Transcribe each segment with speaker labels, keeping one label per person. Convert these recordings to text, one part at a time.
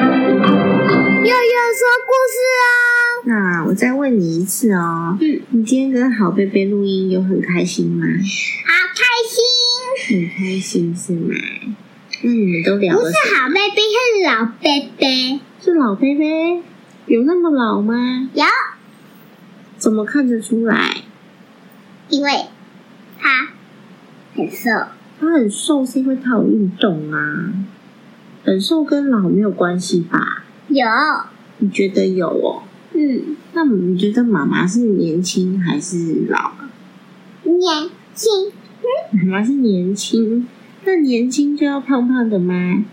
Speaker 1: 悠悠说故事哦，
Speaker 2: 那我再问你一次哦，
Speaker 1: 嗯，
Speaker 2: 你今天跟好贝贝录音有很开心吗？
Speaker 1: 好开心。
Speaker 2: 很开心是吗？那你们都聊
Speaker 1: 不
Speaker 2: 了什
Speaker 1: 是好妹妹，是老贝贝。
Speaker 2: 么？是老贝贝，有那么老吗？
Speaker 1: 有，
Speaker 2: 怎么看得出来？
Speaker 1: 因为他很瘦，
Speaker 2: 他很瘦是因为他有运动啊，很瘦跟老没有关系吧？
Speaker 1: 有，
Speaker 2: 你觉得有哦？
Speaker 1: 嗯，
Speaker 2: 那你觉得妈妈是年轻还是老？
Speaker 1: 年轻，
Speaker 2: 妈妈是年轻，那年轻就要胖胖的吗？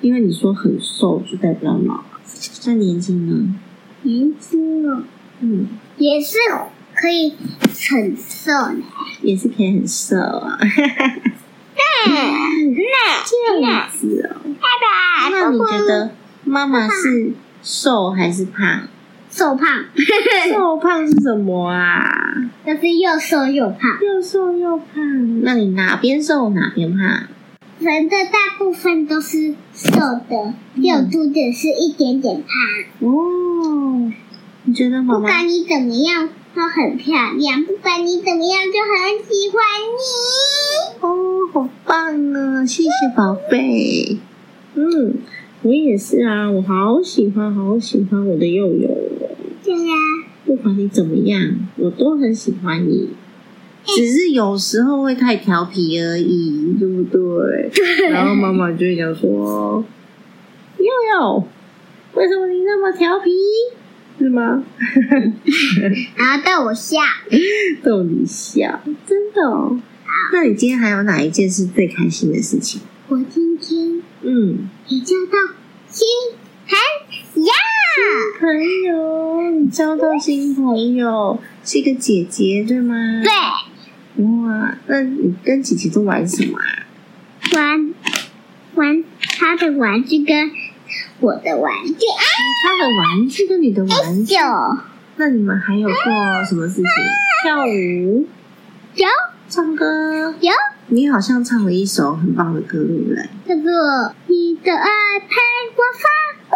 Speaker 2: 因为你说很瘦就代表老，那年轻呢？
Speaker 1: 年轻哦，
Speaker 2: 嗯，
Speaker 1: 也是可以很瘦呢。
Speaker 2: 也是可以很瘦啊，
Speaker 1: 这
Speaker 2: 这样子哦。
Speaker 1: 爸爸，
Speaker 2: 嗯那你觉得妈妈是瘦还是 胖？
Speaker 1: 瘦胖？
Speaker 2: 瘦胖是什么啊？
Speaker 1: 就是又瘦又胖，
Speaker 2: 又瘦又胖，那你哪边瘦哪边胖？
Speaker 1: 人的大部分都是瘦的，
Speaker 2: 嗯
Speaker 1: 有肚子是一点点胖。
Speaker 2: 哦，你觉得妈
Speaker 1: 不
Speaker 2: 妈？
Speaker 1: 管你怎么样，都很漂亮；不管你怎么样，就很喜欢你。
Speaker 2: 哦，好棒啊！谢谢宝贝。嗯，我也是啊，我好喜欢，好喜欢我的幼幼哦。
Speaker 1: 对呀、
Speaker 2: 不管你怎么样，我都很喜欢你。只是有时候会太调皮而已，对不对？ 然后妈妈就会讲说：“悠悠，为什么你那么调皮？是吗？”
Speaker 1: 然后逗我笑，
Speaker 2: 逗你笑，真的哦。那你今天还有哪一件是最开心的事情？
Speaker 1: 我今天
Speaker 2: 嗯，
Speaker 1: 也交到新朋友，
Speaker 2: 朋友，你交到新朋友，是一个姐姐对吗？
Speaker 1: 对，
Speaker 2: 对。哇，那你跟姐姐都玩什么啊？
Speaker 1: 玩玩他的玩具跟我的玩具，啊
Speaker 2: 她的玩具跟你的玩具，
Speaker 1: 有
Speaker 2: 那你们还有做什么事情？跳舞、
Speaker 1: 有
Speaker 2: 唱歌。
Speaker 1: 有，
Speaker 2: 你好像唱了一首很棒的歌，对不对？
Speaker 1: 叫做你的爱陪我发光，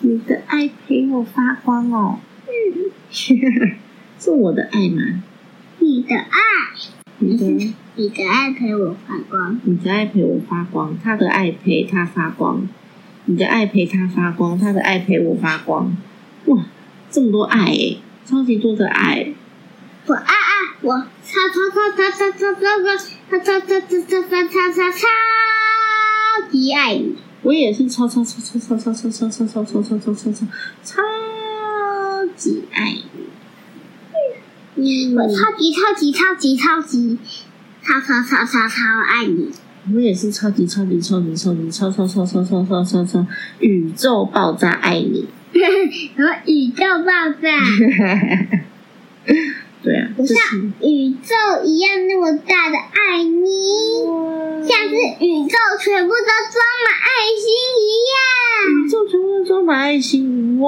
Speaker 2: 你的爱陪我发光哦。嗯， 是我的爱吗？
Speaker 1: 你的爱，
Speaker 2: 你的。
Speaker 1: 你的爱陪我发光，
Speaker 2: 你的爱陪我发光，他的爱陪他发光，你的爱陪他发光，他的爱陪我发光。哇，这么多爱诶、超级多的爱，
Speaker 1: 我爱爱我，超超超超超超超超超超超超超超超级爱你，
Speaker 2: 我也是超超超超超超超超超超超超超超超超级爱你。
Speaker 1: 我超级超级超级超级超超超超超爱你。
Speaker 2: 我也是超级超级超级超级超超超超超超超超宇宙爆炸爱你。
Speaker 1: 什么宇宙爆炸？
Speaker 2: 对啊，
Speaker 1: 不
Speaker 2: 就是
Speaker 1: 像宇宙一样那么大的爱你，像是宇宙全部都装满爱心一
Speaker 2: 宇
Speaker 1: 样。
Speaker 2: 宙全部都装满爱心，哇！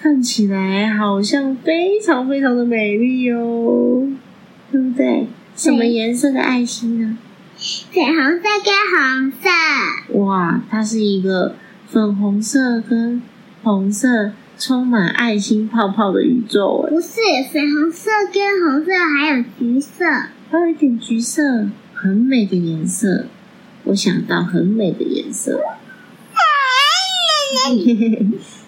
Speaker 2: 看起来好像非常非常的美丽哦，对不对？什么颜色的爱心呢？
Speaker 1: 粉红色跟红色，
Speaker 2: 哇，它是一个粉红色跟红色充满爱心泡泡的宇宙，哎，
Speaker 1: 不是粉红色跟红色，还有橘色。
Speaker 2: 还有一点橘色，很美的颜色。我想到很美的颜色。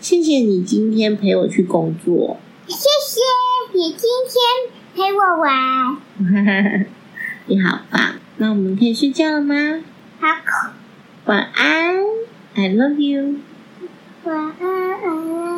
Speaker 2: 谢谢你今天陪我去工作。
Speaker 1: 谢谢你今天陪我玩，
Speaker 2: 你好棒！那我们可以睡觉了吗？
Speaker 1: 好
Speaker 2: 晚安，I love you。
Speaker 1: 晚安晚安。